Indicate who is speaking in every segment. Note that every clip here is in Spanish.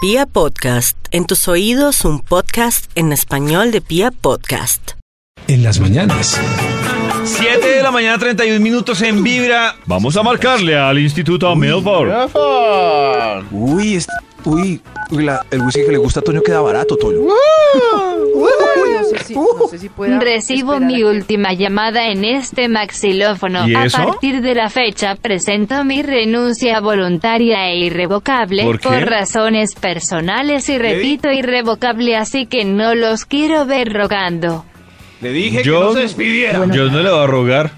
Speaker 1: Pia Podcast, en tus oídos un podcast en español de Pia Podcast.
Speaker 2: en las mañanas.
Speaker 3: 7 de la mañana, 31 minutos en Vibra.
Speaker 4: Vamos a marcarle al Instituto Milford.
Speaker 5: Uy, es- uy, uy, la- el whisky que le gusta a Toño queda barato, Toño.
Speaker 6: No sé si, no sé si pueda
Speaker 7: Recibo
Speaker 6: esperar a
Speaker 7: mi
Speaker 6: que-
Speaker 7: última llamada en este maxilófono.
Speaker 4: ¿Y
Speaker 7: A
Speaker 4: eso?
Speaker 7: partir de la fecha presento mi renuncia voluntaria e irrevocable
Speaker 4: ¿Por qué?
Speaker 7: razones personales y repito irrevocable, así que no los quiero ver rogando.
Speaker 3: Le dije
Speaker 4: Yo-
Speaker 3: que no se despidiera.
Speaker 8: Bueno.
Speaker 4: Yo no le voy a rogar.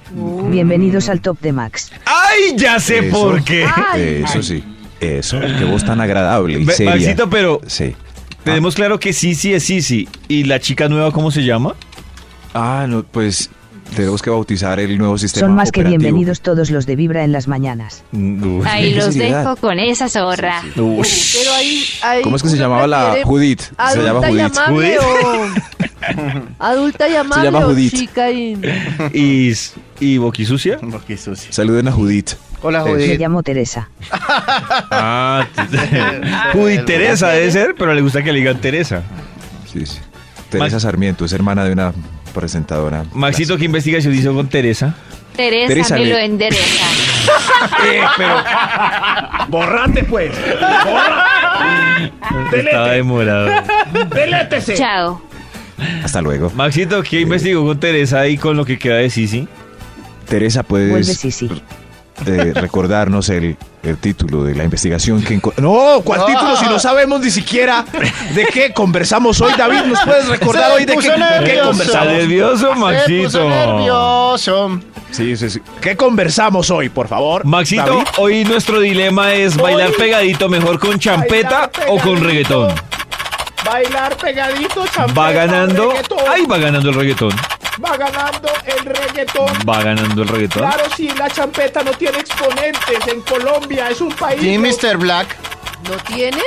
Speaker 8: Bienvenidos al top de Max.
Speaker 4: ¡Ay, ya sé
Speaker 5: Eso.
Speaker 4: por qué!
Speaker 5: Ah. Eso sí. Eso, qué voz tan agradable y
Speaker 4: Ve,
Speaker 5: seria.
Speaker 4: Maxito, pero
Speaker 5: Sí.
Speaker 4: tenemos claro que Sisi es Sisi. ¿Y la chica nueva cómo se llama?
Speaker 5: Ah, no, pues tenemos que bautizar el nuevo sistema
Speaker 8: Son más que
Speaker 5: Este operativo.
Speaker 8: bienvenidos todos los de Vibra en las mañanas.
Speaker 4: Mm, Pues,
Speaker 5: Uy,
Speaker 7: Ahí
Speaker 5: qué
Speaker 7: los
Speaker 5: seriedad.
Speaker 7: dejo con esa zorra.
Speaker 4: Ush.
Speaker 6: Pero ahí, ahí
Speaker 5: ¿Cómo es que se
Speaker 6: uno
Speaker 5: llamaba la
Speaker 6: prefiere
Speaker 5: Judith? Se llama
Speaker 6: Adulta y
Speaker 5: Judith.
Speaker 6: amable o... Adulta y amable
Speaker 5: llama
Speaker 6: o
Speaker 5: Judith.
Speaker 6: chica y...
Speaker 4: ¿Y, y Boquisucia?
Speaker 5: Saluden a Judith.
Speaker 9: Hola,
Speaker 5: Eso.
Speaker 8: Me
Speaker 9: Judith.
Speaker 8: llamo Teresa.
Speaker 4: Ah, Uy, Teresa debe ser, pero le gusta que le digan Teresa.
Speaker 5: Sí, sí. Teresa Sarmiento es hermana de una presentadora.
Speaker 4: Maxito, ¿qué investigación hizo con Teresa?
Speaker 7: Teresa,
Speaker 5: Teresa,
Speaker 7: me
Speaker 5: le-
Speaker 7: lo endereza.
Speaker 4: Eh,
Speaker 9: Borrate, pues.
Speaker 4: Estaba demorado.
Speaker 9: Delétese.
Speaker 7: Chao.
Speaker 5: Hasta luego.
Speaker 4: Maxito, ¿qué investigó con Teresa y con lo que queda de Sisi?
Speaker 5: Teresa, puedes
Speaker 8: Vuelve Sisi.
Speaker 5: eh, recordarnos el, el título de la investigación que enco- No, ¿cuál título? Si no sabemos ni siquiera de qué conversamos hoy, David, ¿nos puedes recordar
Speaker 9: Se
Speaker 5: hoy de qué,
Speaker 9: puso
Speaker 5: de qué
Speaker 9: nervioso.
Speaker 4: ¿Está
Speaker 5: conversamos?
Speaker 4: nervioso,
Speaker 9: Se puso
Speaker 4: Maxito?
Speaker 9: nervioso.
Speaker 5: Sí, sí, sí. ¿Qué conversamos hoy, por favor?
Speaker 4: Maxito,
Speaker 5: David?
Speaker 4: hoy nuestro dilema es bailar pegadito mejor con champeta
Speaker 9: Bailar
Speaker 4: o con
Speaker 9: pegadito.
Speaker 4: reggaetón.
Speaker 9: Bailar pegadito, champeta,
Speaker 4: Va ganando.
Speaker 9: reggaetón.
Speaker 4: Ay, va ganando el reggaetón.
Speaker 9: Va ganando el reggaetón.
Speaker 4: Va ganando el reggaetón.
Speaker 9: Claro, si la champeta no tiene exponentes en Colombia, es un país.
Speaker 10: Sí,
Speaker 9: no-
Speaker 10: Mr. Black.
Speaker 6: ¿No tiene?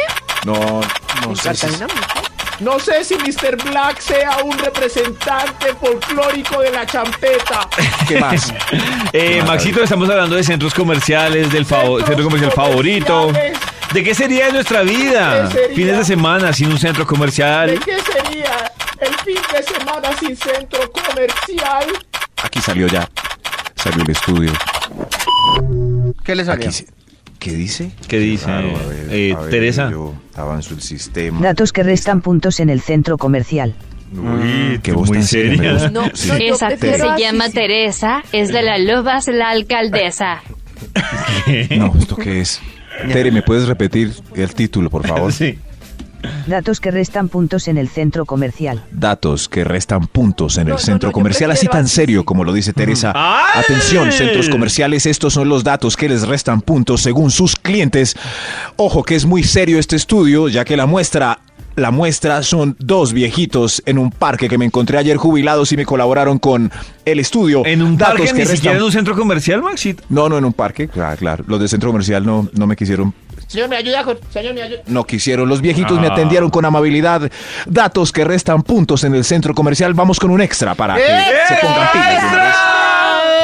Speaker 5: No, no
Speaker 6: En
Speaker 5: sé. si-
Speaker 6: Cartagena mucho.
Speaker 9: No sé si Mr. Black sea un representante folclórico de la champeta.
Speaker 5: ¿Qué más?
Speaker 4: Eh, Maxito, estamos hablando de centros comerciales, del favo- centro comercial favorito.
Speaker 9: comerciales.
Speaker 4: ¿De qué sería de nuestra vida?
Speaker 9: ¿Qué sería?
Speaker 4: Fines de semana sin un centro
Speaker 9: ¿De
Speaker 4: comercial.
Speaker 9: qué sería el fin de semana sin centro comercial?
Speaker 5: Aquí salió ya. Salió el estudio.
Speaker 10: ¿Qué le salió?
Speaker 5: Aquí se- ¿Qué dice?
Speaker 4: ¿Qué dice?
Speaker 5: Claro, a ver,
Speaker 4: Eh,
Speaker 5: a ver,
Speaker 4: Teresa.
Speaker 5: Yo avanzo el sistema.
Speaker 8: Datos que restan puntos en el centro comercial.
Speaker 4: Uy,
Speaker 5: Qué
Speaker 4: tú
Speaker 5: voz tan seria, me gusta.
Speaker 6: No,
Speaker 5: Sí.
Speaker 6: no, yo
Speaker 7: Esa que
Speaker 6: prefiero
Speaker 7: se
Speaker 6: a
Speaker 7: llama
Speaker 6: Sisi.
Speaker 7: Teresa es de la Lobas, la alcaldesa.
Speaker 5: No, ¿esto qué es? Tere, ¿me puedes repetir el título, por favor?
Speaker 4: Sí.
Speaker 8: Datos que restan puntos en el centro comercial.
Speaker 5: datos que restan puntos en
Speaker 6: No,
Speaker 5: el
Speaker 6: no,
Speaker 5: centro
Speaker 6: no, yo
Speaker 5: comercial, así
Speaker 6: prefiero
Speaker 5: tan
Speaker 6: así, Mm.
Speaker 5: serio
Speaker 6: sí.
Speaker 5: como lo dice Teresa.
Speaker 4: ¡Ay!
Speaker 5: Atención, centros comerciales, estos son los datos que les restan puntos según sus clientes. Ojo que es muy serio este estudio, ya que la muestra... La muestra son dos viejitos en un parque que me encontré ayer jubilados y me colaboraron con el estudio.
Speaker 4: En un
Speaker 5: Datos que
Speaker 4: parque, ni
Speaker 5: restan-
Speaker 4: siquiera en un centro comercial, Maxito.
Speaker 5: No, no en un parque, claro, claro. Los de centro comercial no, no me quisieron
Speaker 9: Señor, me ayuda, con- señor, me ayuda.
Speaker 5: no quisieron. Los viejitos
Speaker 4: Ah.
Speaker 5: me atendieron con amabilidad. Datos que restan puntos en el centro comercial. Vamos con un extra para que se pongan pilas. de una vez.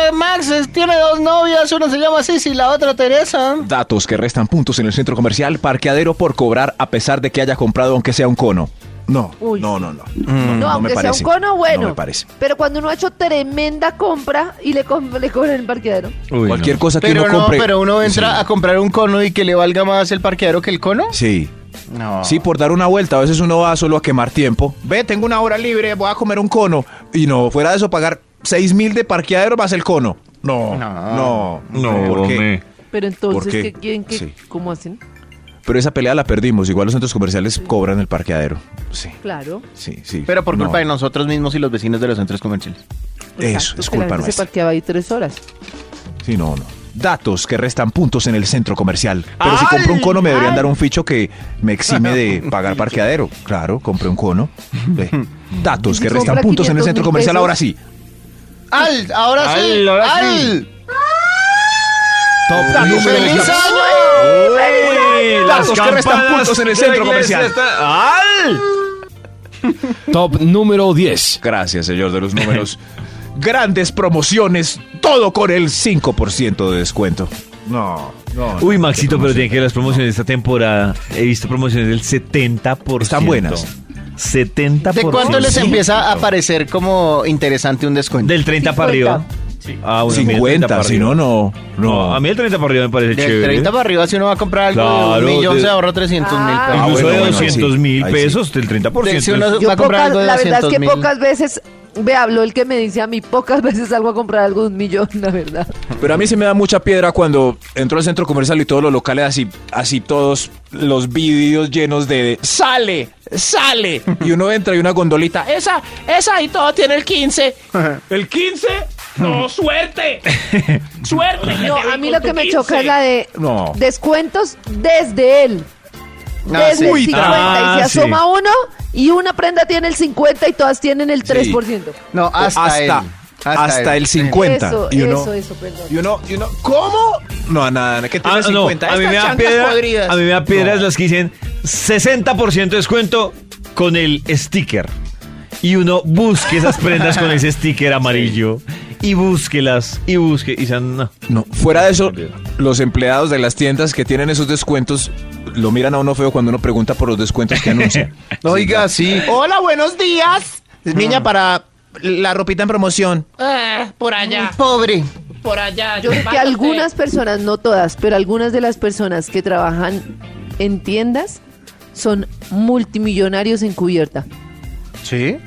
Speaker 10: Eh, Max es- tiene dos novias, una se llama Sisi y la otra Teresa.
Speaker 5: Datos que restan puntos en el centro comercial. Parqueadero por cobrar a pesar de que haya comprado aunque sea un cono. No,
Speaker 6: Uy.
Speaker 5: no, no, no.
Speaker 4: Mm.
Speaker 6: No,
Speaker 5: Mm, no
Speaker 6: aunque
Speaker 5: me
Speaker 6: sea
Speaker 5: parece.
Speaker 6: un cono, bueno.
Speaker 5: No me parece.
Speaker 6: Pero cuando uno ha hecho tremenda compra y le, com- le cobran el parqueadero.
Speaker 4: Uy,
Speaker 5: Cualquier
Speaker 4: no.
Speaker 5: cosa que
Speaker 10: Pero
Speaker 5: uno
Speaker 10: no,
Speaker 5: compre.
Speaker 10: pero uno entra a
Speaker 5: Sí.
Speaker 10: comprar un cono y que le valga más el parqueadero que el cono.
Speaker 5: Sí.
Speaker 10: No.
Speaker 5: Sí, por dar una vuelta. A veces uno va solo a quemar tiempo. Ve, tengo una hora libre, voy a comer un cono. Y no, fuera de eso, pagar seis mil de parqueadero más el cono. No, no,
Speaker 10: No.
Speaker 4: No,
Speaker 5: ¿por qué?
Speaker 4: hombre.
Speaker 6: Pero entonces,
Speaker 5: qué?
Speaker 6: ¿qué quieren que-
Speaker 5: Sí.
Speaker 6: ¿Cómo hacen?
Speaker 5: Pero esa pelea la perdimos. Igual los centros comerciales cobran el parqueadero. Sí,
Speaker 6: Claro.
Speaker 5: sí, sí.
Speaker 10: Pero por culpa de nosotros mismos y los vecinos de los centros comerciales.
Speaker 5: Eso,
Speaker 6: Exacto,
Speaker 5: es
Speaker 6: que la
Speaker 5: culpa
Speaker 6: gente Se
Speaker 5: nuestra.
Speaker 6: parqueaba ahí tres horas.
Speaker 5: Sí, no, no. Datos que restan puntos en el centro comercial. Pero si
Speaker 4: ¡Ay!
Speaker 5: compro un cono, me deberían
Speaker 4: ¡Ay!
Speaker 5: dar un ficho que me exime de pagar parqueadero. Claro, compré un cono. Ve. Datos
Speaker 6: Si
Speaker 5: que restan
Speaker 6: compra
Speaker 5: puntos en el
Speaker 6: 500
Speaker 5: centro
Speaker 6: mil
Speaker 5: comercial.
Speaker 6: pesos.
Speaker 5: Ahora sí.
Speaker 10: ¡Al! ¡Ahora sí!
Speaker 4: Al, ahora sí.
Speaker 10: ¡Al!
Speaker 5: Top número
Speaker 10: ¡Feliz
Speaker 5: dos.
Speaker 10: año!
Speaker 4: Uy, las
Speaker 5: Datos que restan
Speaker 4: campanas
Speaker 5: puntos en el
Speaker 4: de
Speaker 5: centro
Speaker 4: la iglesia
Speaker 5: comercial.
Speaker 4: están- ¡Al!
Speaker 2: Top número 10.
Speaker 5: Gracias, señor de los números. Grandes promociones, todo con el 5% de descuento. No, no.
Speaker 4: Uy, Maxito, pero tiene que ver las promociones de esta temporada. He visto promociones del 70%.
Speaker 5: Están buenas.
Speaker 4: 70%.
Speaker 10: ¿De cuánto les
Speaker 4: Sí.
Speaker 10: empieza a parecer como interesante un descuento?
Speaker 4: Del 30 para arriba. Ah, bueno, a mí el 30
Speaker 5: 50,
Speaker 4: para
Speaker 5: si no,
Speaker 4: arriba.
Speaker 5: no. No,
Speaker 4: A mí el 30 para arriba me parece
Speaker 10: Del
Speaker 4: chévere.
Speaker 10: 30 para arriba, si uno va a comprar algo de
Speaker 4: Claro,
Speaker 10: un millón,
Speaker 4: de-
Speaker 10: se ahorra 300 mil
Speaker 6: Ah,
Speaker 10: pesos.
Speaker 5: bueno,
Speaker 4: Incluso de
Speaker 5: bueno, ahí sí,
Speaker 4: 200 mil
Speaker 5: ahí sí.
Speaker 4: pesos, del 30%.
Speaker 10: De- si uno
Speaker 6: Yo
Speaker 10: va a comprar
Speaker 6: pocas-
Speaker 10: algo de
Speaker 6: la verdad es
Speaker 10: 200
Speaker 6: que
Speaker 10: mil.
Speaker 6: pocas veces, ve, hablo el que me dice a mí, pocas veces salgo a comprar algo de un millón, la verdad.
Speaker 5: Pero a mí se me da mucha piedra cuando entro al centro comercial y todos los locales así, así todos los vídeos llenos de ¡Sale! ¡Sale! Y uno entra y una gondolita.
Speaker 9: Esa, esa y todo tiene el 15. ¿El 15? No, suerte. Suerte.
Speaker 6: No, a mí lo que me choca es la de
Speaker 5: No.
Speaker 6: descuentos desde él.
Speaker 10: Ah,
Speaker 6: Desde el
Speaker 10: sí.
Speaker 6: 50 y se
Speaker 4: Ah, sí.
Speaker 6: asoma uno y una prenda tiene el 50 y todas tienen el 3%.
Speaker 10: No, hasta,
Speaker 5: Hasta-
Speaker 10: él.
Speaker 5: hasta el
Speaker 10: Sí.
Speaker 5: 50. Cuenta,
Speaker 6: Eso,
Speaker 5: y uno-
Speaker 6: eso, eso, perdón.
Speaker 5: Y uno, y uno, ¿cómo? No, nada, nada, ¿qué tiene
Speaker 4: Ah, no,
Speaker 5: 50?
Speaker 4: a mí me
Speaker 5: Estas
Speaker 4: da
Speaker 5: chanclas
Speaker 4: piedra,
Speaker 5: podridas.
Speaker 4: a mí me da piedras las que dicen 60% de descuento con el sticker. Y uno busque esas prendas con ese sticker amarillo y búsquelas y busque y sean no.
Speaker 5: No, fuera de eso, los empleados de las tiendas que tienen esos descuentos lo miran a uno feo cuando uno pregunta por los descuentos que anuncian.
Speaker 10: Oiga, sí.
Speaker 9: Hola, buenos días.
Speaker 5: Niña, para la ropita en promoción.
Speaker 9: Ah, por allá,
Speaker 10: Pobre.
Speaker 9: por allá.
Speaker 6: Yo creo que algunas personas, no todas, pero algunas de las personas que trabajan en tiendas son multimillonarios en cubierta.
Speaker 10: Sí.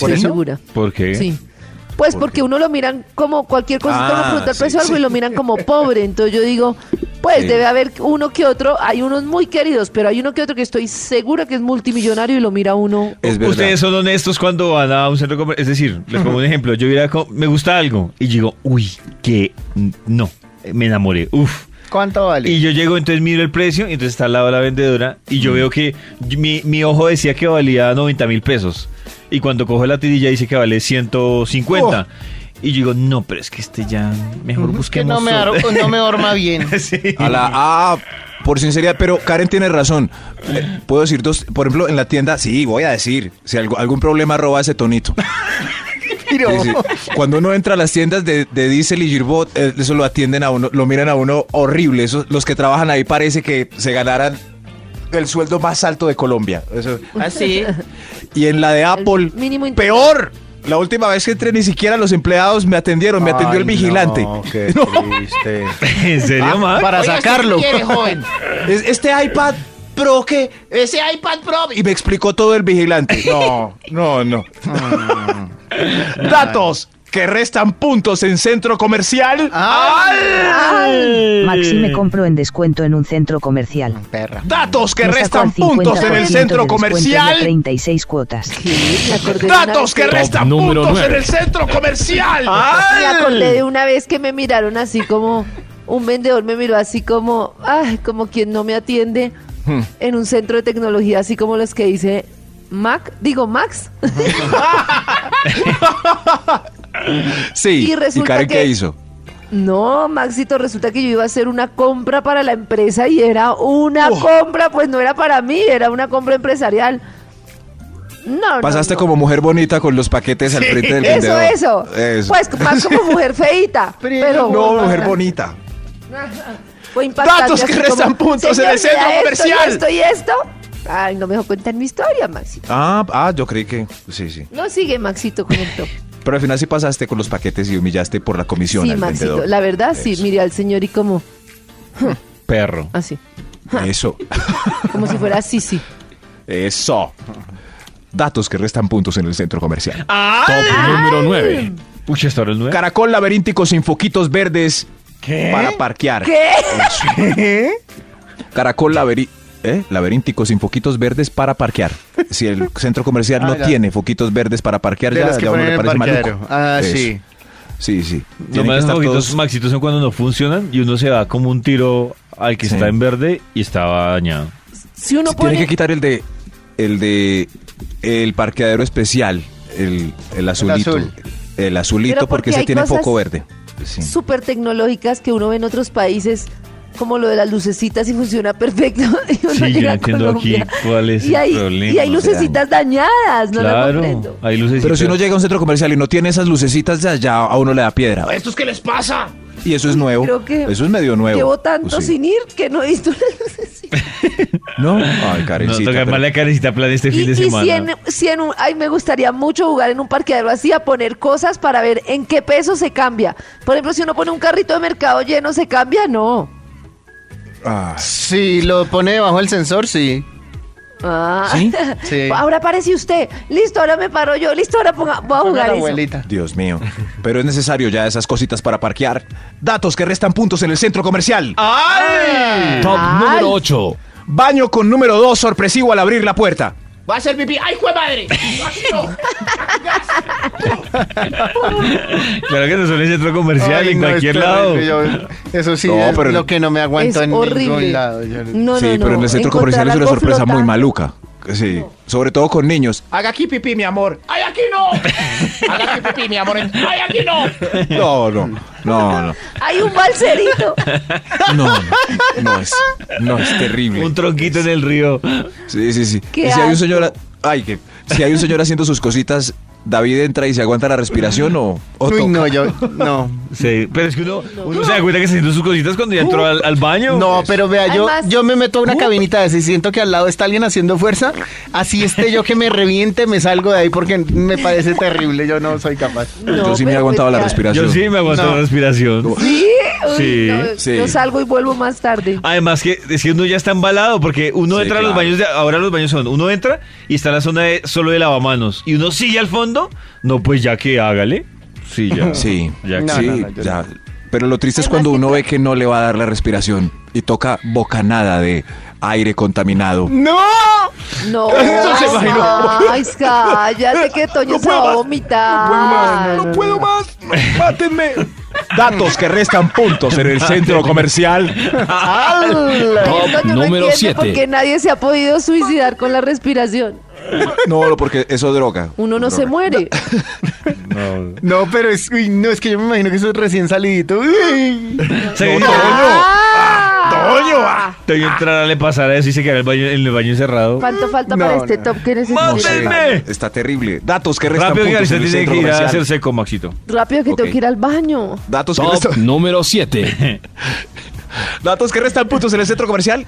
Speaker 6: Por
Speaker 10: eso?
Speaker 6: Segura.
Speaker 4: ¿Por qué?
Speaker 6: Sí. Pues porque uno lo miran como cualquier cosa,
Speaker 5: Ah,
Speaker 6: uno pregunta el
Speaker 5: sí,
Speaker 6: precio de algo y
Speaker 5: sí.
Speaker 6: lo miran como pobre. Entonces yo digo, pues
Speaker 5: Sí.
Speaker 6: debe haber uno que otro, hay unos muy queridos, pero hay uno que otro que estoy segura que es multimillonario y lo mira uno.
Speaker 5: Es verdad.
Speaker 4: Ustedes son honestos cuando van a un centro comercial. Es decir, les pongo un ejemplo. Yo hubiera co- me gusta algo y digo, uy, que n- no, me enamoré. Uf.
Speaker 10: ¿Cuánto vale?
Speaker 4: Y yo llego, entonces miro el precio, y entonces está al lado la vendedora, y yo veo que mi, mi ojo decía que valía 90 mil pesos. Y cuando cojo la tirilla dice que vale 150. Y yo digo, no, pero es que este ya, mejor
Speaker 10: que
Speaker 4: busquemos.
Speaker 10: no me, ar-
Speaker 4: otro".
Speaker 10: no me orma bien.
Speaker 4: Sí.
Speaker 5: A la, ah, por sinceridad, pero Karen tiene razón. Eh, Puedo decir dos, por ejemplo, en la tienda, sí, voy a decir, si algo- algún problema roba ese tonito. Sí, sí. Cuando uno entra a las tiendas de, de Diesel y Girbot, eh, eso lo atienden a uno, lo miran a uno horrible. Eso- los que trabajan ahí parece que se ganaran el sueldo más alto de Colombia. Eso-
Speaker 9: Así.
Speaker 5: Y en la de Apple,
Speaker 6: mínimo interno.
Speaker 5: peor. La última vez que entré ni siquiera los empleados me atendieron, me atendió el
Speaker 10: Ay,
Speaker 5: vigilante.
Speaker 10: no, qué triste. Ah,
Speaker 4: ¿En serio, Max?
Speaker 10: Para sacarlo.
Speaker 9: joven.
Speaker 5: Es- Este iPad Pro que
Speaker 9: Ese iPad Pro.
Speaker 5: y me explicó todo el vigilante. No, no, no.
Speaker 9: Ah.
Speaker 5: Datos que restan puntos en centro comercial. Eh.
Speaker 8: Maxi me compro en descuento en un centro comercial.
Speaker 10: Perra.
Speaker 5: Datos que
Speaker 8: Me saco al
Speaker 5: restan puntos en
Speaker 8: 50%
Speaker 5: el
Speaker 8: de descuento en
Speaker 5: centro
Speaker 8: las
Speaker 5: comercial.
Speaker 8: 36 cuotas.
Speaker 6: Sí, me acordé de una vez
Speaker 5: Datos que restan
Speaker 2: número
Speaker 5: puntos en
Speaker 2: nueve.
Speaker 5: el centro comercial.
Speaker 6: Me acordé de una vez que me miraron así como un vendedor me miró así como, ay, como quien no me atiende
Speaker 5: Hmm.
Speaker 6: en un centro de tecnología, así como los que dice Mac, digo Max.
Speaker 5: Sí.
Speaker 6: Y resulta que- no, Maxito, resulta que yo iba a hacer una compra para la empresa y era una
Speaker 5: Oh.
Speaker 6: compra, pues no era para mí, era una compra empresarial. No, no,
Speaker 5: Pasaste
Speaker 6: no.
Speaker 5: como mujer bonita con los paquetes al frente del
Speaker 6: Eso,
Speaker 5: vendedor.
Speaker 6: eso, Pues más como mujer feita. pero
Speaker 5: no, mujer bonita.
Speaker 6: Fue impactante,
Speaker 5: Datos que
Speaker 6: así
Speaker 5: restan puntos en el
Speaker 6: "Señor,
Speaker 5: centro
Speaker 6: mira esto y
Speaker 5: comercial".
Speaker 6: Esto y esto. Ay, no me dejó contar mi historia, Maxi.
Speaker 5: Ah, ah, yo creí que. Sí, sí.
Speaker 6: No sigue Maxito con el top.
Speaker 5: Pero al final sí pasaste con los paquetes y humillaste por la comisión
Speaker 6: Sí,
Speaker 5: al
Speaker 6: Maxito.
Speaker 5: vendedor.
Speaker 6: La verdad, sí. Miré al señor y como
Speaker 4: Perro.
Speaker 6: así.
Speaker 5: Eso.
Speaker 6: Como si fuera Sisi.
Speaker 5: Eso. Datos que restan puntos en el centro comercial.
Speaker 2: Top número 9.
Speaker 4: Uy, hasta ahora es nueve.
Speaker 5: Caracol laberíntico sin foquitos verdes para parquear.
Speaker 6: ¿Qué?
Speaker 5: Caracol laberi- ¿eh? laberíntico sin foquitos verdes para parquear. Si el centro comercial
Speaker 10: Ah,
Speaker 5: no
Speaker 10: ya.
Speaker 5: tiene foquitos verdes para parquear,
Speaker 10: De
Speaker 5: ya,
Speaker 10: las que
Speaker 5: ya a uno
Speaker 10: ponen
Speaker 5: le
Speaker 10: en el
Speaker 5: parece
Speaker 10: parqueadero.
Speaker 5: maluco.
Speaker 10: Ah,
Speaker 5: Eso.
Speaker 10: sí.
Speaker 5: Sí, sí.
Speaker 4: Los
Speaker 5: Tienen que
Speaker 4: más
Speaker 5: estar
Speaker 4: ojitos
Speaker 5: todos-
Speaker 4: maxitos son cuando no funcionan y uno se va como un tiro al que
Speaker 5: Sí.
Speaker 4: está en verde y estaba dañado.
Speaker 6: Si uno
Speaker 5: Se tiene
Speaker 6: pone.
Speaker 5: que quitar el de el de el parqueadero especial, el, el azulito. El,
Speaker 10: azul.
Speaker 5: azulito
Speaker 6: Pero
Speaker 5: porque,
Speaker 6: porque
Speaker 5: se
Speaker 6: hay
Speaker 5: tiene
Speaker 6: cosas-
Speaker 5: poco verde. Sí.
Speaker 6: súper tecnológicas que uno ve en otros países, como lo de las lucecitas y funciona perfecto. Y uno
Speaker 4: Sí, yo
Speaker 6: llega a
Speaker 4: entiendo
Speaker 6: Colombia
Speaker 4: aquí cuál es
Speaker 6: y
Speaker 4: el
Speaker 6: hay,
Speaker 4: problema,
Speaker 6: Y hay
Speaker 4: o sea,
Speaker 6: lucecitas dañadas, no lo
Speaker 4: claro, Ah,
Speaker 6: comprendo.
Speaker 4: hay luces.
Speaker 5: Pero si uno llega a un centro comercial y no tiene esas lucecitas, ya, ya a uno le da piedra.
Speaker 9: ¿Estos qué les pasa?
Speaker 5: Y eso es nuevo.
Speaker 6: Creo que
Speaker 5: eso es medio nuevo.
Speaker 6: Llevo tanto
Speaker 5: ¿O
Speaker 4: Pues
Speaker 5: sí?
Speaker 6: sin ir que no he visto la
Speaker 5: No, ay,
Speaker 4: No,
Speaker 5: carencita.
Speaker 4: toca
Speaker 5: pero-
Speaker 4: llamarle a Karencita Plan este fin
Speaker 6: Y,
Speaker 4: de
Speaker 6: y
Speaker 4: semana.
Speaker 6: si en, si en un, ay, me gustaría mucho jugar en un parqueadero así, a poner cosas para ver en qué peso se cambia. Por ejemplo, si uno pone un carrito de mercado lleno, ¿se cambia? No.
Speaker 5: Ah,
Speaker 10: Si lo pone debajo del sensor, sí.
Speaker 6: Ah.
Speaker 5: ¿Sí?
Speaker 10: Sí.
Speaker 6: Ahora parece usted. Listo, ahora me paro yo. Listo, ahora ponga, voy a
Speaker 10: Ponga
Speaker 6: jugar
Speaker 10: la
Speaker 6: eso.
Speaker 10: abuelita.
Speaker 5: Dios mío. Pero es necesario ya esas cositas para parquear. Datos que restan puntos en el centro comercial.
Speaker 9: Ah.
Speaker 2: Top
Speaker 6: Ay.
Speaker 2: número 8.
Speaker 5: Baño con número 2 sorpresivo al abrir la puerta.
Speaker 9: Va a ser pipí. ¡Ay, jue madre! Aquí no.
Speaker 4: Claro que no solo en centro comercial,
Speaker 10: Ay,
Speaker 4: en
Speaker 10: no, es
Speaker 4: cualquier lado.
Speaker 10: terrible, yo- eso sí
Speaker 5: No,
Speaker 10: es
Speaker 5: pero-
Speaker 10: lo que no me
Speaker 6: Es
Speaker 10: aguanto en
Speaker 6: horrible.
Speaker 10: ningún lado. yo-
Speaker 6: No,
Speaker 5: sí,
Speaker 6: no, no.
Speaker 5: pero en el centro comercial es
Speaker 6: Encontrar
Speaker 5: una
Speaker 6: algo
Speaker 5: sorpresa muy
Speaker 6: flotante.
Speaker 5: maluca. Sí, sobre todo con niños.
Speaker 9: Haga aquí pipí, mi amor. ¡Ay, aquí no! Haga aquí pipí, mi amor. ¡Ay, aquí no!
Speaker 5: No, no, no, no.
Speaker 6: Hay un balserito.
Speaker 5: No, no, no es, no es terrible.
Speaker 4: Un tronquito en el río.
Speaker 5: Sí, sí, sí.
Speaker 6: Qué
Speaker 5: y si hay un
Speaker 6: asco.
Speaker 5: señor, a- ay, que si hay un señor haciendo sus cositas, David entra y se aguanta la respiración o, o
Speaker 10: Uy,
Speaker 5: toca.
Speaker 10: no, yo, no.
Speaker 4: Sí, pero es que uno, uno se da cuenta que está haciendo sus cositas cuando ya
Speaker 10: Uh.
Speaker 4: entró al, al baño.
Speaker 10: No, pero vea, yo,
Speaker 6: Además- uh.
Speaker 10: yo me meto a una cabinita de esa y siento que al lado está alguien haciendo fuerza. Así esté yo que me reviente, me salgo de ahí porque me parece terrible. Yo no soy capaz.
Speaker 5: yo
Speaker 6: No,
Speaker 5: sí me he
Speaker 6: pero
Speaker 5: aguantado la
Speaker 6: ya-
Speaker 5: respiración.
Speaker 4: Yo sí me aguanto
Speaker 10: No.
Speaker 4: la respiración.
Speaker 6: Sí, uy,
Speaker 4: Sí,
Speaker 6: no,
Speaker 5: sí.
Speaker 6: Yo salgo y vuelvo más tarde.
Speaker 4: Además que es que uno ya está embalado porque uno
Speaker 5: Sí,
Speaker 4: entra a los
Speaker 5: claro.
Speaker 4: baños de ahora los baños son uno entra y está en la zona de, solo de lavamanos y uno sigue al fondo no pues ya que hágale sí ya
Speaker 5: Sí,
Speaker 4: Ya-
Speaker 10: No,
Speaker 5: sí,
Speaker 10: no, no, yo
Speaker 5: ya. Pero lo triste es
Speaker 6: Además
Speaker 5: cuando
Speaker 6: que
Speaker 5: uno
Speaker 6: creo-
Speaker 5: ve que no le va a dar la respiración y toca bocanada de aire contaminado.
Speaker 10: ¡No!
Speaker 6: No,
Speaker 5: Eso se imaginó.
Speaker 6: ay, cállate que Toño se va a vomitar.
Speaker 5: más, mátenme. Datos que restan puntos en el centro comercial.
Speaker 6: Ay,
Speaker 2: Top
Speaker 6: Toño, no
Speaker 2: número
Speaker 6: entiendo
Speaker 2: 7.
Speaker 6: por qué nadie se ha podido suicidar con la respiración.
Speaker 5: No, no, porque eso es droga.
Speaker 6: Uno no se
Speaker 5: Droga.
Speaker 6: muere.
Speaker 10: No, pero es, uy, no, es que yo me imagino que eso es recién salidito. Uy.
Speaker 4: Se-
Speaker 6: Ah.
Speaker 4: Te voy a entrar a le pasar a eso y se queda en el baño, en el baño encerrado.
Speaker 6: ¿Cuánto falta
Speaker 10: No,
Speaker 6: para
Speaker 10: no,
Speaker 6: este
Speaker 10: no.
Speaker 6: top que necesito?
Speaker 5: Sí,
Speaker 4: ¡Mátenme!
Speaker 5: Está terrible. Datos que restan
Speaker 4: Rápido que
Speaker 5: puntos en
Speaker 4: García
Speaker 5: el centro
Speaker 4: tiene que ir a
Speaker 5: comercial.
Speaker 4: hacerse seco, Maxito.
Speaker 6: Rápido que
Speaker 5: Ok.
Speaker 6: tengo que ir al baño.
Speaker 5: Datos que,
Speaker 2: Top
Speaker 5: restan,
Speaker 2: número 7.
Speaker 5: datos que restan puntos en el centro comercial.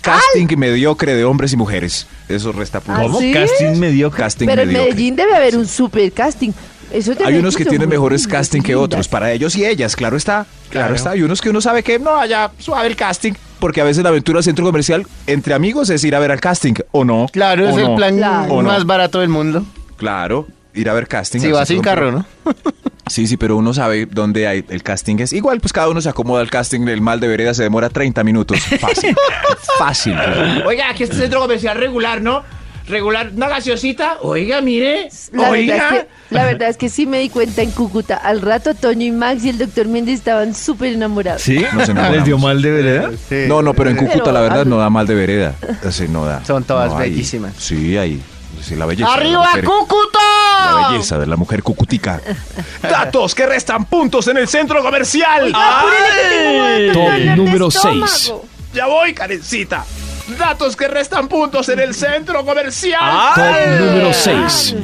Speaker 5: Casting mediocre de hombres y mujeres. Eso resta puntos.
Speaker 6: ¿Ah, sí?
Speaker 4: Casting mediocre.
Speaker 5: Casting
Speaker 6: Pero en
Speaker 5: mediocre.
Speaker 6: Medellín debe haber un super casting. Eso
Speaker 5: Hay
Speaker 6: tiene
Speaker 5: unos que
Speaker 6: ser
Speaker 5: tienen
Speaker 6: muy
Speaker 5: mejores
Speaker 6: lindo,
Speaker 5: casting que
Speaker 6: lindas.
Speaker 5: otros, para ellos y ellas, claro está. Claro,
Speaker 10: Claro.
Speaker 5: está. Hay unos que uno sabe que no, allá suave el casting. Porque a veces la aventura al centro comercial entre amigos es ir a ver al casting, ¿o no?
Speaker 10: Claro,
Speaker 5: ¿O
Speaker 10: es el
Speaker 5: no?
Speaker 10: plan
Speaker 6: Claro.
Speaker 5: ¿O no?
Speaker 10: más barato del mundo.
Speaker 5: Claro, ir a ver casting.
Speaker 10: Si
Speaker 5: al
Speaker 10: va
Speaker 5: centro
Speaker 10: sin carro, ¿no?
Speaker 5: Sí, sí, pero uno sabe dónde hay el casting es. Igual, pues cada uno se acomoda al casting. El mal de vereda se demora 30 minutos. Fácil. Fácil.
Speaker 9: Oiga, aquí este centro comercial regular, ¿no? Regular, una gaseosita. Oiga, mire.
Speaker 6: La verdad, es
Speaker 9: Oiga.
Speaker 6: que, la verdad es que sí me di cuenta en Cúcuta. Al rato Toño y Max y el doctor Méndez estaban súper enamorados.
Speaker 4: ¿Sí?
Speaker 5: Nos enamoramos.
Speaker 4: ¿Les dio mal de verdad?
Speaker 5: No, no, pero en
Speaker 6: Pero-
Speaker 5: Cúcuta, la verdad, no da mal de vereda. Así no da.
Speaker 10: Son todas
Speaker 5: No, ahí-
Speaker 10: bellísimas.
Speaker 5: Sí, ahí. Sí, la belleza. de la
Speaker 10: ¡Arriba,
Speaker 5: mujer.
Speaker 10: Cúcuta!
Speaker 5: La belleza de la mujer cucutica. Datos que restan puntos en el centro comercial. Ah,
Speaker 2: Top número 6.
Speaker 5: ya voy, Karencita. Datos que restan puntos en el centro comercial.
Speaker 4: Ah.
Speaker 2: Top número 6.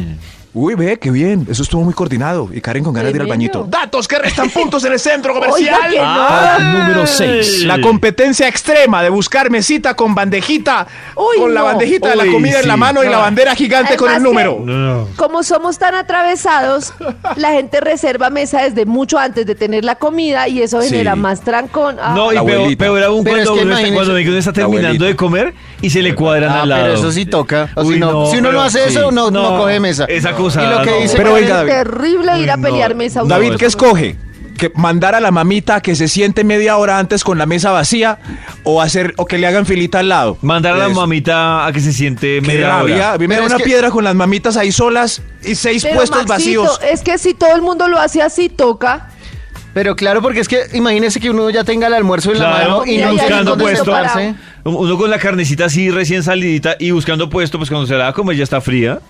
Speaker 5: Uy, ve, qué bien. Eso estuvo muy coordinado. Y Karen con ganas de ir al
Speaker 6: Tremendo.
Speaker 5: bañito. Datos que restan puntos en el centro
Speaker 6: Oiga, que no.
Speaker 4: Ah.
Speaker 2: Top número 6.
Speaker 5: Ah, La competencia extrema de buscar mesita con bandejita,
Speaker 6: Uy,
Speaker 5: con la
Speaker 6: no.
Speaker 5: bandejita de la
Speaker 4: Uy,
Speaker 5: comida en la
Speaker 4: sí.
Speaker 5: mano y la bandera gigante con el
Speaker 6: Además que-
Speaker 5: número.
Speaker 4: No,
Speaker 6: Como somos tan atravesados, la gente reserva mesa desde mucho antes de tener la comida y eso
Speaker 5: Sí.
Speaker 6: genera más trancón. Ah,
Speaker 4: no.
Speaker 5: La
Speaker 4: y peor,
Speaker 5: abuelita.
Speaker 4: peor aún
Speaker 10: Pero
Speaker 4: cuando,
Speaker 10: es que
Speaker 4: uno está,
Speaker 10: imagínese-
Speaker 4: cuando ve que uno está
Speaker 5: La abuelita.
Speaker 4: terminando de comer y se le cuadran
Speaker 10: Ah,
Speaker 4: al lado.
Speaker 10: pero eso sí toca. O
Speaker 4: Uy,
Speaker 10: si, no,
Speaker 4: no,
Speaker 10: si uno
Speaker 4: pero-
Speaker 10: no hace eso,
Speaker 4: sí.
Speaker 10: no, no
Speaker 4: No,
Speaker 10: coge mesa.
Speaker 4: es acusada,
Speaker 10: Y lo que
Speaker 4: no.
Speaker 10: dice
Speaker 5: Pero
Speaker 10: Karen-
Speaker 5: oiga, David.
Speaker 6: terrible ir a pelear mesa. a un
Speaker 5: David,
Speaker 6: lado.
Speaker 5: ¿qué escoge? ¿Que mandar a la mamita que se siente media hora antes con la mesa vacía o hacer o que le hagan filita al lado?
Speaker 4: Mandar a la
Speaker 5: Eso.
Speaker 4: mamita a que se siente
Speaker 5: Qué
Speaker 4: media
Speaker 5: rabia.
Speaker 4: hora.
Speaker 5: A mí me
Speaker 10: Pero
Speaker 5: da
Speaker 10: es
Speaker 5: una
Speaker 10: que-
Speaker 5: piedra con las mamitas ahí solas y seis
Speaker 6: Pero,
Speaker 5: puestos
Speaker 6: Maxito, eh,
Speaker 5: vacíos.
Speaker 6: Es que si todo el mundo lo hace así, toca.
Speaker 10: Pero claro, porque es que imagínese que uno ya tenga el almuerzo en la
Speaker 4: Claro,
Speaker 10: mano y
Speaker 6: y ahí hay
Speaker 10: no tiene
Speaker 4: buscando
Speaker 10: dónde
Speaker 4: puesto.
Speaker 10: sentarse.
Speaker 4: Uno con la carnecita así recién salidita y buscando puesto, pues cuando se la va a comer ya está fría.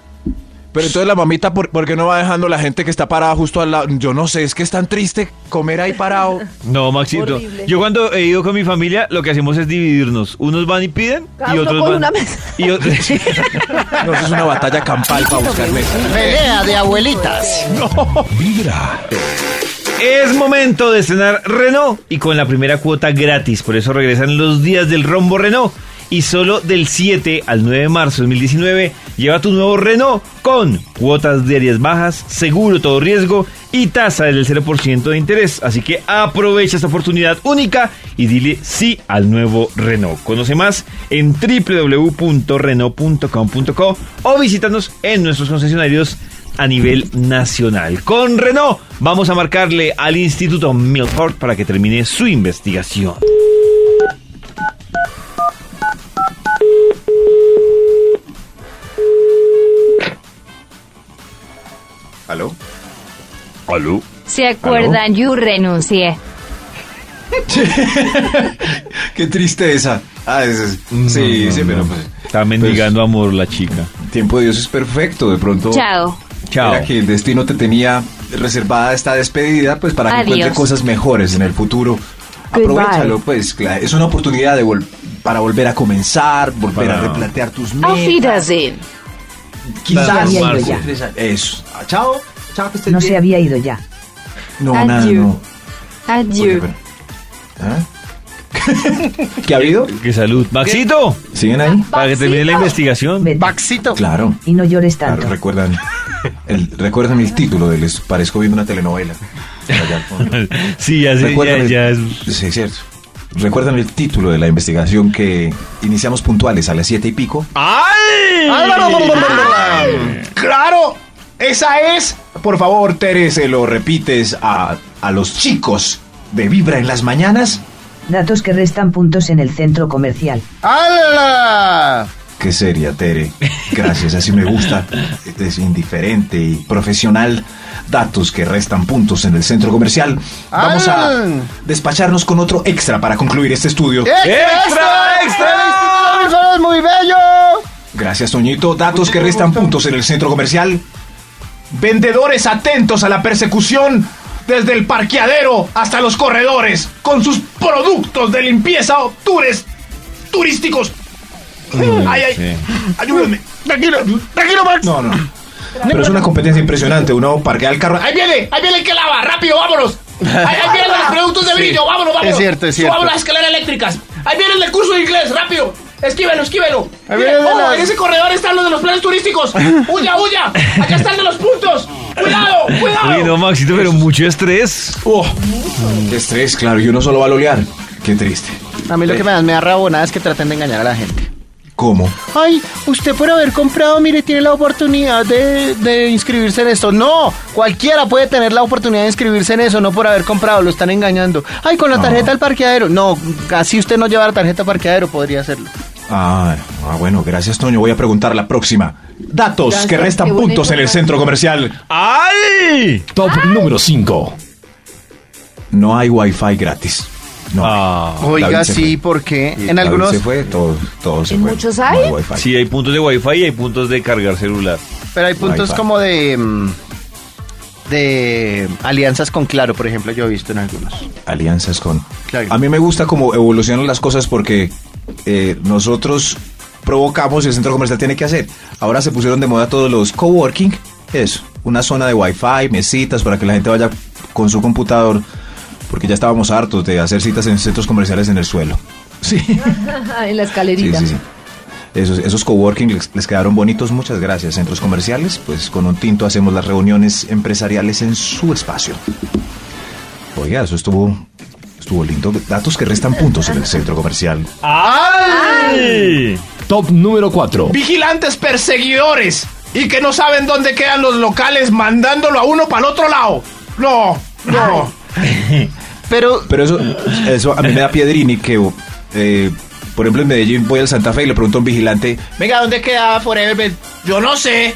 Speaker 5: Pero entonces la mamita, ¿por, por qué no va dejando la gente que está parada justo al lado? Yo no sé, es que es tan triste comer ahí parado.
Speaker 4: No, Maxito.
Speaker 6: Horrible.
Speaker 4: Yo cuando he ido con mi familia, lo que hacemos es dividirnos. Unos van y piden
Speaker 6: Cada
Speaker 4: y
Speaker 6: uno
Speaker 4: otros
Speaker 6: coge
Speaker 4: van.
Speaker 6: una mesa.
Speaker 4: Y otros.
Speaker 5: No, eso es una batalla campal para buscar mesa.
Speaker 10: Pelea de abuelitas.
Speaker 2: Vibra.
Speaker 4: Es momento de estrenar Renault y con la primera cuota gratis. Por eso regresan los días del rombo Renault. Y solo del 7 al 9 de marzo de 2019 lleva tu nuevo Renault con cuotas diarias bajas, seguro todo riesgo y tasa del 0% de interés. Así que aprovecha esta oportunidad única y dile sí al nuevo Renault. Conoce más en www.renault.com.co o visítanos en nuestros concesionarios a nivel nacional. Con Renault vamos a marcarle al Instituto Milford para que termine su investigación.
Speaker 5: ¿Aló?
Speaker 4: ¿Aló?
Speaker 7: ¿Se acuerdan? Yo renuncié.
Speaker 5: Qué tristeza. Ah, es- es- sí, sí, pero pues,
Speaker 4: Está mendigando amor la chica.
Speaker 5: tiempo de Dios es perfecto. De pronto
Speaker 7: Chao.
Speaker 4: Chao.
Speaker 5: era que el destino te tenía reservada esta despedida, pues para que
Speaker 7: Adiós.
Speaker 5: encuentre cosas mejores en el futuro.
Speaker 6: Goodbye.
Speaker 5: Aprovechalo, pues, cla- es una oportunidad de vol- para volver a comenzar, volver a
Speaker 4: Para-
Speaker 5: replantear tus
Speaker 7: Auf
Speaker 5: metas.
Speaker 7: Wiedersehen.
Speaker 5: Quizás.
Speaker 8: Transformarse. Ya,
Speaker 5: Eso. Ah, Chao. Chao, que estés
Speaker 8: No se
Speaker 5: bien.
Speaker 8: había ido ya.
Speaker 5: No,
Speaker 6: Adiós.
Speaker 5: nada, no.
Speaker 7: Adiós.
Speaker 5: Oye, pero- ¿Ah? ¿Qué ha habido?
Speaker 4: Que salud. Maxito,
Speaker 5: ¿Siguen ahí?
Speaker 4: para que termine la investigación.
Speaker 8: Vete.
Speaker 10: Baxito.
Speaker 5: Claro.
Speaker 8: Y no llores
Speaker 5: Claro,
Speaker 8: tanto.
Speaker 5: recuerdan, el, recuerdan el título de Les Parezco viendo una telenovela. Allá al fondo.
Speaker 4: Sí, ya, sé, ya,
Speaker 5: Recuerdan
Speaker 4: ya es...
Speaker 5: el- Sí, cierto. ¿Recuerdan el título de la investigación que iniciamos puntuales a las siete y pico? Ah. ¡Claro! Esa es. Por favor, Tere, se lo repites a, a los chicos de Vibra en las mañanas.
Speaker 8: Datos que restan puntos en el centro comercial.
Speaker 10: ¡Hala!
Speaker 5: Qué seria, Tere. Gracias, así me gusta. Es indiferente y profesional. Datos que restan puntos en el centro comercial. Vamos a
Speaker 10: Ah.
Speaker 5: despacharnos con otro extra para concluir este estudio.
Speaker 10: ¡Extra, extra! ¡Extra! ¡Muy bello!
Speaker 5: Gracias, Toñito. Datos que restan puntos en el centro comercial. Vendedores atentos a la persecución desde el parqueadero hasta los corredores con sus productos de limpieza o tours turísticos. ay, ay, ayúdenme.
Speaker 10: Tranquilo, tranquilo, Max.
Speaker 5: No, no. Pero es una competencia impresionante. Uno parquea el carro. ¡Ahí viene! ¡Ahí viene el que lava! ¡Rápido, vámonos! ¡Ahí, ahí vienen los productos de brillo! ¡Vámonos, vámonos!
Speaker 10: Es cierto, es
Speaker 5: Subamos
Speaker 10: cierto.
Speaker 5: las escaleras eléctricas! ¡Ahí viene el del curso de inglés! ¡Rápido! ¡Esquívelo, esquívelo!
Speaker 10: Ahí
Speaker 5: Mire,
Speaker 10: viene el de
Speaker 5: ojo,
Speaker 10: las-
Speaker 5: En ese corredor están los de los planes turísticos. ¡Huya, huya! ¡Acá están de los puntos! ¡Cuidado, cuidado!
Speaker 4: Uy, no, Maxito, pero mucho estrés.
Speaker 5: oh. ¡Qué estrés, claro! Y uno solo va a lolear. ¡Qué triste!
Speaker 10: A mí lo que me dan, me da rabonada es que traten de engañar a la gente.
Speaker 5: ¿Cómo?
Speaker 10: Ay, usted por haber comprado, mire, tiene la oportunidad de, de inscribirse en esto. No, cualquiera puede tener la oportunidad de inscribirse en eso, no por haber comprado, lo están engañando. Ay, con la tarjeta al parqueadero. No, así usted no lleva la tarjeta al parqueadero, podría hacerlo.
Speaker 5: Ah, ah, bueno, gracias, Toño. Voy a preguntar la próxima. Datos
Speaker 6: Gracias,
Speaker 5: que restan
Speaker 6: qué bonito,
Speaker 5: puntos en el
Speaker 6: gracias.
Speaker 5: centro comercial.
Speaker 4: ¡Ay!
Speaker 2: Top número 5.
Speaker 5: No hay wifi gratis. No.
Speaker 4: Ah.
Speaker 10: Oiga,
Speaker 5: David se
Speaker 10: sí,
Speaker 5: fue.
Speaker 10: ¿por qué?
Speaker 5: Y
Speaker 10: en
Speaker 5: David
Speaker 10: algunos...
Speaker 5: se fue, todo, todo se
Speaker 6: ¿En
Speaker 5: fue.
Speaker 6: muchos
Speaker 5: No
Speaker 6: hay?
Speaker 5: wifi.
Speaker 4: Sí, hay puntos de wifi y hay puntos de cargar celular.
Speaker 10: Pero hay puntos
Speaker 5: Wi-Fi.
Speaker 10: como de... mm, De alianzas con Claro, por ejemplo, yo he visto en algunos.
Speaker 5: alianzas con.
Speaker 10: Claro.
Speaker 5: A mí me gusta cómo evolucionan las cosas porque eh, nosotros provocamos y el centro comercial tiene que hacer. Ahora se pusieron de moda todos los coworking, eso, una zona de wifi, mesitas para que la gente vaya con su computador, porque ya estábamos hartos de hacer citas en centros comerciales en el suelo. Sí.
Speaker 6: ah, en la escalerita.
Speaker 5: Sí, sí, sí. Esos, esos coworking les, les quedaron bonitos, muchas gracias. Centros comerciales, pues con un tinto hacemos las reuniones empresariales en su espacio. Oiga, eso estuvo, estuvo lindo. Datos que restan puntos en el centro comercial.
Speaker 4: ¡Ay!
Speaker 2: Top número 4.
Speaker 11: vigilantes perseguidores y que no saben dónde quedan los locales mandándolo a uno para el otro lado. No, no.
Speaker 10: Pero
Speaker 5: Pero eso, eso a mí me da piedrini que, eh, por ejemplo, en Medellín voy al Santa Fe y le pregunto a un vigilante,
Speaker 11: Venga, ¿dónde queda Forever? Bell? Yo no sé.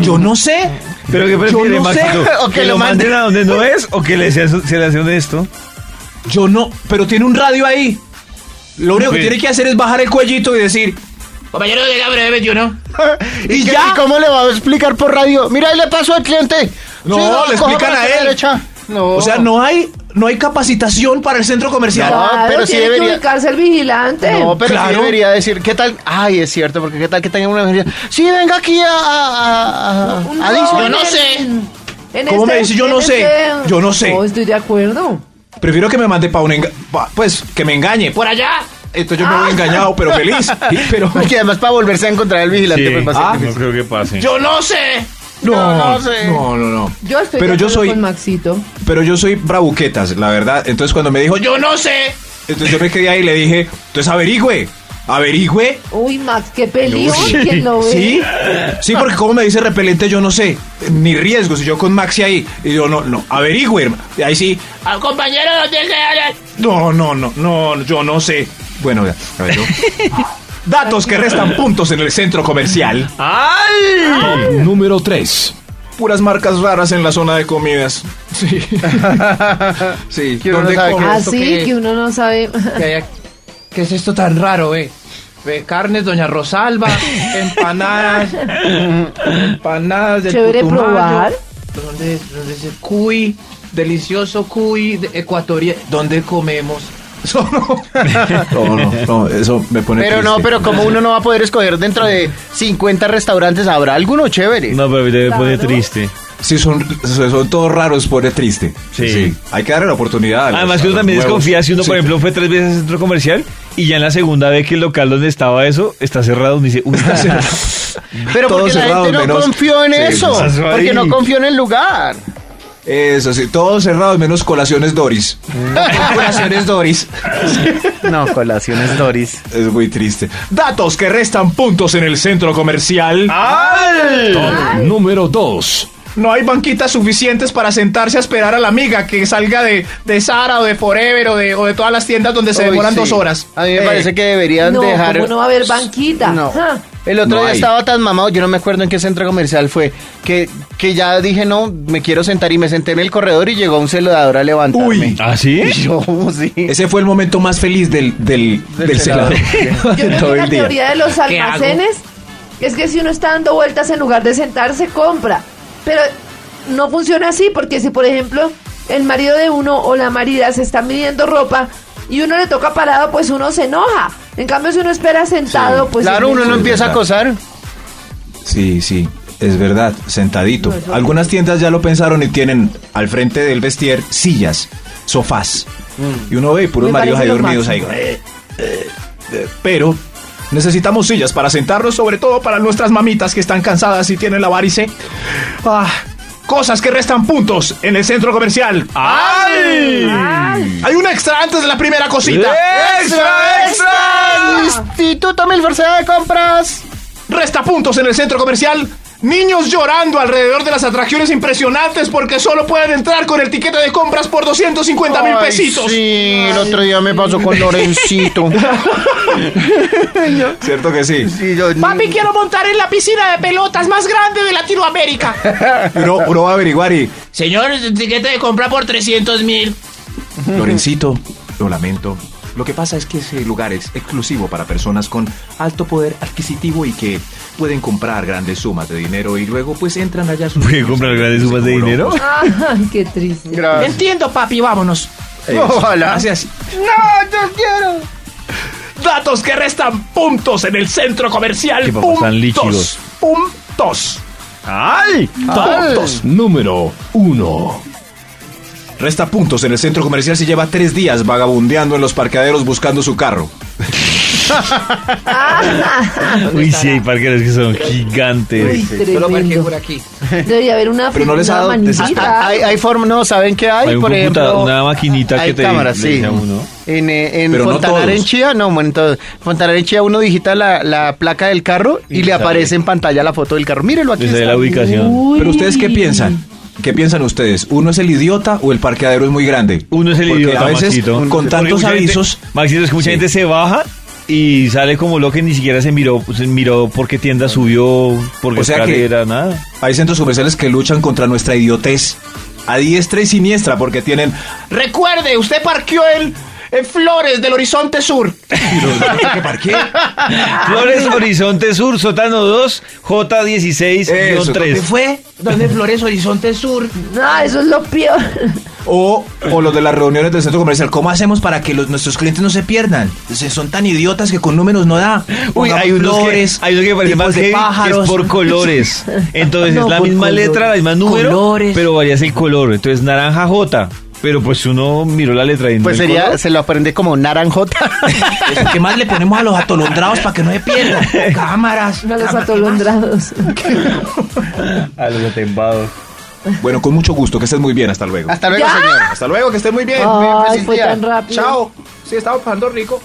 Speaker 5: yo no sé.
Speaker 4: ¿Pero qué prefiere,
Speaker 5: no sé,
Speaker 4: Maxito?
Speaker 10: o que
Speaker 4: ¿Que
Speaker 10: lo
Speaker 4: lo manden a donde no es o que le sean- se le hace honesto?
Speaker 5: Yo no, pero tiene un radio ahí. Lo único que
Speaker 4: Sí.
Speaker 5: tiene que hacer es bajar el cuellito y decir,
Speaker 11: Compañero, ¿dónde queda Forever? Bell? Yo no.
Speaker 10: ¿Y,
Speaker 5: ¿Y
Speaker 10: qué-
Speaker 5: ya?
Speaker 10: y cómo le va a explicar por radio? Mira, ahí le pasó al cliente.
Speaker 5: No, le
Speaker 10: coja
Speaker 5: explican
Speaker 10: para
Speaker 5: a
Speaker 10: la
Speaker 5: él.
Speaker 10: derecha. No.
Speaker 5: o sea, no hay, no hay capacitación para el centro comercial.
Speaker 10: No,
Speaker 6: Claro,
Speaker 10: pero sí
Speaker 6: tiene
Speaker 10: debería-
Speaker 6: que ubicarse el vigilante.
Speaker 10: No, pero sí
Speaker 5: Claro.
Speaker 10: debería decir, ¿qué tal? Ay, es cierto, porque ¿qué tal que tenga una emergencia? Sí, venga aquí a... a, a- a-
Speaker 6: Un
Speaker 10: a Disney.
Speaker 11: Yo no sé.
Speaker 6: En
Speaker 11: ¿Cómo
Speaker 6: este-
Speaker 11: me dice? Yo
Speaker 6: en
Speaker 11: no sé.
Speaker 6: este-
Speaker 11: Yo no sé.
Speaker 6: No, estoy de acuerdo.
Speaker 5: Prefiero que me mande para un enga- pa- pues que me engañe por allá. Entonces yo me
Speaker 10: Ah.
Speaker 5: voy engañado, pero feliz. Y- Pero
Speaker 10: Porque además para volverse a encontrar el vigilante
Speaker 4: Sí.
Speaker 10: pues, va a ser
Speaker 5: Ah,
Speaker 10: difícil.
Speaker 4: No creo que pase.
Speaker 11: Yo no sé.
Speaker 5: no,
Speaker 10: no sé.
Speaker 5: no, no, no.
Speaker 6: Yo estoy
Speaker 5: Pero
Speaker 6: de
Speaker 5: yo
Speaker 6: acuerdo
Speaker 5: soy-
Speaker 6: con Maxito.
Speaker 5: Pero yo soy bravuquetas, la verdad. Entonces cuando me dijo yo,
Speaker 11: Yo no sé.
Speaker 5: entonces yo me quedé ahí y le dije, entonces averigüe, averigüe.
Speaker 6: Uy, Max, qué peligro.
Speaker 5: Sí.
Speaker 6: ¿Quién lo ve?
Speaker 5: Sí, sí, porque como me dice repelente, yo no sé, ni riesgo. Si yo con Maxi ahí, y yo no, no, averigüe. hermano. Y ahí sí,
Speaker 11: Al compañero no tiene que hablar.
Speaker 5: no, no, no, no, yo no sé. Bueno, ya, a ver, yo. Datos que restan puntos en el centro comercial.
Speaker 2: Top número 3.
Speaker 5: Puras marcas raras en la zona de comidas. Sí. sí.
Speaker 10: Que uno
Speaker 5: ¿Dónde
Speaker 10: no sabe
Speaker 5: come?
Speaker 10: qué-
Speaker 6: Así
Speaker 11: ¿Esto qué?
Speaker 6: que uno no sabe.
Speaker 11: ¿Qué, hay aquí? ¿Qué es esto tan raro, eh? Ve, Carnes, Doña Rosalba, empanadas, empanadas del
Speaker 6: Chévere
Speaker 11: Putumayo.
Speaker 6: probar.
Speaker 11: ¿Dónde, dónde es el cuy? Delicioso cuy de ecuatoriano. ¿Dónde comemos?
Speaker 5: Eso no. no, no, no, eso me pone
Speaker 10: Pero no,
Speaker 5: triste.
Speaker 10: pero como uno no va a poder escoger dentro de 50 restaurantes, habrá alguno chévere.
Speaker 4: No, pero a mí también me pone
Speaker 6: Claro.
Speaker 4: triste.
Speaker 5: Sí, son, son todos raros, pone triste.
Speaker 4: Sí.
Speaker 5: Hay que darle la oportunidad. a los-
Speaker 4: Además
Speaker 5: a
Speaker 4: que uno
Speaker 5: los
Speaker 4: también
Speaker 5: nuevos.
Speaker 4: desconfía si uno,
Speaker 5: Sí.
Speaker 4: por ejemplo, fue tres veces al centro comercial y ya en la segunda vez que el local donde estaba eso está cerrado, uno dice, uy, está cerrado.
Speaker 10: Pero porque
Speaker 5: Todos
Speaker 10: la
Speaker 5: cerrados,
Speaker 10: gente no
Speaker 5: menos-
Speaker 10: confió en
Speaker 5: Sí,
Speaker 10: eso.
Speaker 4: pues, eso
Speaker 10: Porque
Speaker 4: ahí.
Speaker 10: no confió en el lugar.
Speaker 5: Eso sí, todos cerrados menos colaciones Doris. colaciones Doris.
Speaker 10: No, colaciones Doris.
Speaker 5: Es muy triste. Datos que restan puntos en el centro comercial.
Speaker 2: Top número 2.
Speaker 11: No hay banquitas suficientes para sentarse a esperar a la amiga que salga de, de Sara o de Forever o de, o de todas las tiendas donde se demoran dos horas.
Speaker 10: A mí me
Speaker 11: Eh,
Speaker 10: parece que deberían
Speaker 6: No,
Speaker 10: dejar.
Speaker 6: ¿cómo no va a haber banquita?
Speaker 10: No.
Speaker 6: Ah.
Speaker 10: El otro
Speaker 5: No
Speaker 10: día
Speaker 5: hay.
Speaker 10: estaba tan mamado, yo no me acuerdo en qué centro comercial fue, que, que ya dije, no, me quiero sentar y me senté en el corredor y llegó un celador a levantarme.
Speaker 5: Uy.
Speaker 4: ¿Ah, sí?
Speaker 10: Y yo, sí.
Speaker 5: Ese fue el momento más feliz del, del,
Speaker 10: Del
Speaker 5: del
Speaker 10: celador.
Speaker 5: celador.
Speaker 6: Yo creo
Speaker 5: Todo
Speaker 6: que la
Speaker 5: el día.
Speaker 6: teoría de los
Speaker 11: ¿Qué hago?
Speaker 6: almacenes es que si uno está dando vueltas en lugar de sentarse, compra. Pero no funciona así, porque si, por ejemplo, el marido de uno o la marida se está midiendo ropa y uno le toca parado, pues uno se enoja. En cambio, si uno espera sentado, pues.
Speaker 10: claro, uno no
Speaker 5: Sí,
Speaker 10: empieza a
Speaker 5: verdad.
Speaker 10: acosar.
Speaker 5: Sí, sí, es verdad, sentadito. Algunas tiendas ya lo pensaron y tienen al frente del vestier sillas, sofás. Y uno ve puros
Speaker 6: Me
Speaker 5: maridos ahí
Speaker 6: parece lo
Speaker 5: dormidos ahí.
Speaker 6: máximo.
Speaker 5: eh, eh, eh, Pero necesitamos sillas para sentarnos, sobre todo para nuestras mamitas que están cansadas y tienen la varice. Ah, cosas que restan puntos en el centro comercial.
Speaker 11: Hay un extra antes de la primera cosita.
Speaker 5: ¿Eh? ¡Extra, extra!
Speaker 10: Instituto Milforcea de Compras.
Speaker 11: Resta puntos en el centro comercial. Niños llorando alrededor de las atracciones impresionantes porque solo pueden entrar con el tiquete de compras por 250 mil
Speaker 10: Ay,
Speaker 11: pesitos.
Speaker 10: Sí, el otro día me pasó con Lorencito.
Speaker 5: ¿Cierto que sí?
Speaker 10: Sí, yo-
Speaker 11: Papi, quiero montar en la piscina de pelotas más grande de Latinoamérica.
Speaker 5: Uno, uno va a averiguar y...
Speaker 11: Señor, el tiquete de compra por 300 mil.
Speaker 5: Lorencito, lo lamento. Lo que pasa es que ese lugar es exclusivo para personas con alto poder adquisitivo y que pueden comprar grandes sumas de dinero y luego pues entran allá sus...
Speaker 4: ¿Pueden comprar grandes sumas de
Speaker 5: como
Speaker 4: dinero?
Speaker 5: locos.
Speaker 6: Ay, qué triste.
Speaker 10: Gracias.
Speaker 11: Ah. Entiendo, papi, vámonos.
Speaker 10: Ojalá.
Speaker 5: Gracias.
Speaker 10: No, yo quiero.
Speaker 11: Datos que restan puntos en el centro comercial.
Speaker 4: Qué papás tan líquidos.
Speaker 11: Puntos.
Speaker 4: ¡Ay!
Speaker 5: Puntos.
Speaker 2: Número 1.
Speaker 5: Resta puntos en el centro comercial si lleva tres días vagabundeando en los parqueaderos buscando su carro.
Speaker 4: Uy, sí, hay parqueros que son gigantes.
Speaker 6: Uy, tremendo.
Speaker 11: aquí.
Speaker 6: Debería haber una,
Speaker 5: Pero no les ha
Speaker 6: una
Speaker 5: dado-
Speaker 6: manijita.
Speaker 10: Ah, Hay, hay forma, no, ¿saben qué hay?
Speaker 4: Hay un
Speaker 10: Por
Speaker 4: computa-
Speaker 10: ejemplo,
Speaker 4: una maquinita
Speaker 10: hay
Speaker 4: que te
Speaker 10: cámaras,
Speaker 4: le
Speaker 10: sí.
Speaker 4: dice a uno.
Speaker 10: En, eh, en
Speaker 5: Pero no
Speaker 10: Fontanar
Speaker 5: todos.
Speaker 10: en Chía, no, bueno, entonces, Fontanar en Chía uno digita la, la placa del carro y,
Speaker 4: Y
Speaker 10: le
Speaker 4: sale.
Speaker 10: aparece en pantalla la foto del carro. Mírelo aquí.
Speaker 4: Les da
Speaker 10: está.
Speaker 4: Pues la ubicación.
Speaker 6: Uy.
Speaker 5: Pero ustedes qué piensan? ¿Qué piensan ustedes? ¿Uno es el idiota o el parqueadero es muy grande?
Speaker 4: Uno es el
Speaker 5: Porque
Speaker 4: idiota,
Speaker 5: a veces
Speaker 4: Maxito.
Speaker 5: con
Speaker 4: Porque
Speaker 5: tantos
Speaker 4: mucha gente-
Speaker 5: avisos...
Speaker 4: Maxito, es que mucha
Speaker 5: Sí.
Speaker 4: gente se baja y sale como lo que ni siquiera se miró, se miró por qué tienda subió, por qué
Speaker 5: O sea que-
Speaker 4: escalera, nada.
Speaker 5: Hay centros comerciales que luchan contra nuestra idiotez a diestra y siniestra porque tienen
Speaker 11: Recuerde, usted parqueó el, en Flores del Horizonte Sur.
Speaker 4: Flores Horizonte Sur, sótano 2,
Speaker 5: Eso, ¿dónde
Speaker 4: J16-3.
Speaker 11: fue? ¿Dónde Flores Horizonte Sur?
Speaker 6: No, eso es lo peor.
Speaker 5: O, o los de las reuniones del centro comercial. ¿Cómo hacemos para que los, nuestros clientes no se pierdan? Se- son tan idiotas que con números no da.
Speaker 4: Uy,
Speaker 5: Pongamos
Speaker 4: hay unos,
Speaker 5: flores,
Speaker 4: que, hay unos que parecen
Speaker 5: tipos
Speaker 4: más
Speaker 5: de
Speaker 4: heavy, que
Speaker 5: pájaros.
Speaker 4: es por colores. Entonces
Speaker 5: No,
Speaker 4: es la
Speaker 5: por
Speaker 4: misma
Speaker 5: colores.
Speaker 4: letra, la misma número,
Speaker 5: Colores.
Speaker 4: pero varías el color. Entonces naranja J, pero pues uno miró la letra y no
Speaker 10: Pues
Speaker 4: el
Speaker 10: sería,
Speaker 4: color.
Speaker 10: se lo aprende como naranjota.
Speaker 5: ¿Qué más le ponemos a los atolondrados para que no se pierdan? Cámaras.
Speaker 6: No los atolondrados.
Speaker 4: A los atembados.
Speaker 5: Bueno, con mucho gusto, que estés muy bien, hasta luego.
Speaker 10: Hasta luego,
Speaker 6: ¿Ya?
Speaker 10: señor.
Speaker 11: Hasta luego, que esté muy bien.
Speaker 6: Ay,
Speaker 11: Feliz
Speaker 6: fue
Speaker 11: día.
Speaker 6: tan rápido.
Speaker 11: Chao. Sí, estaba pasando rico.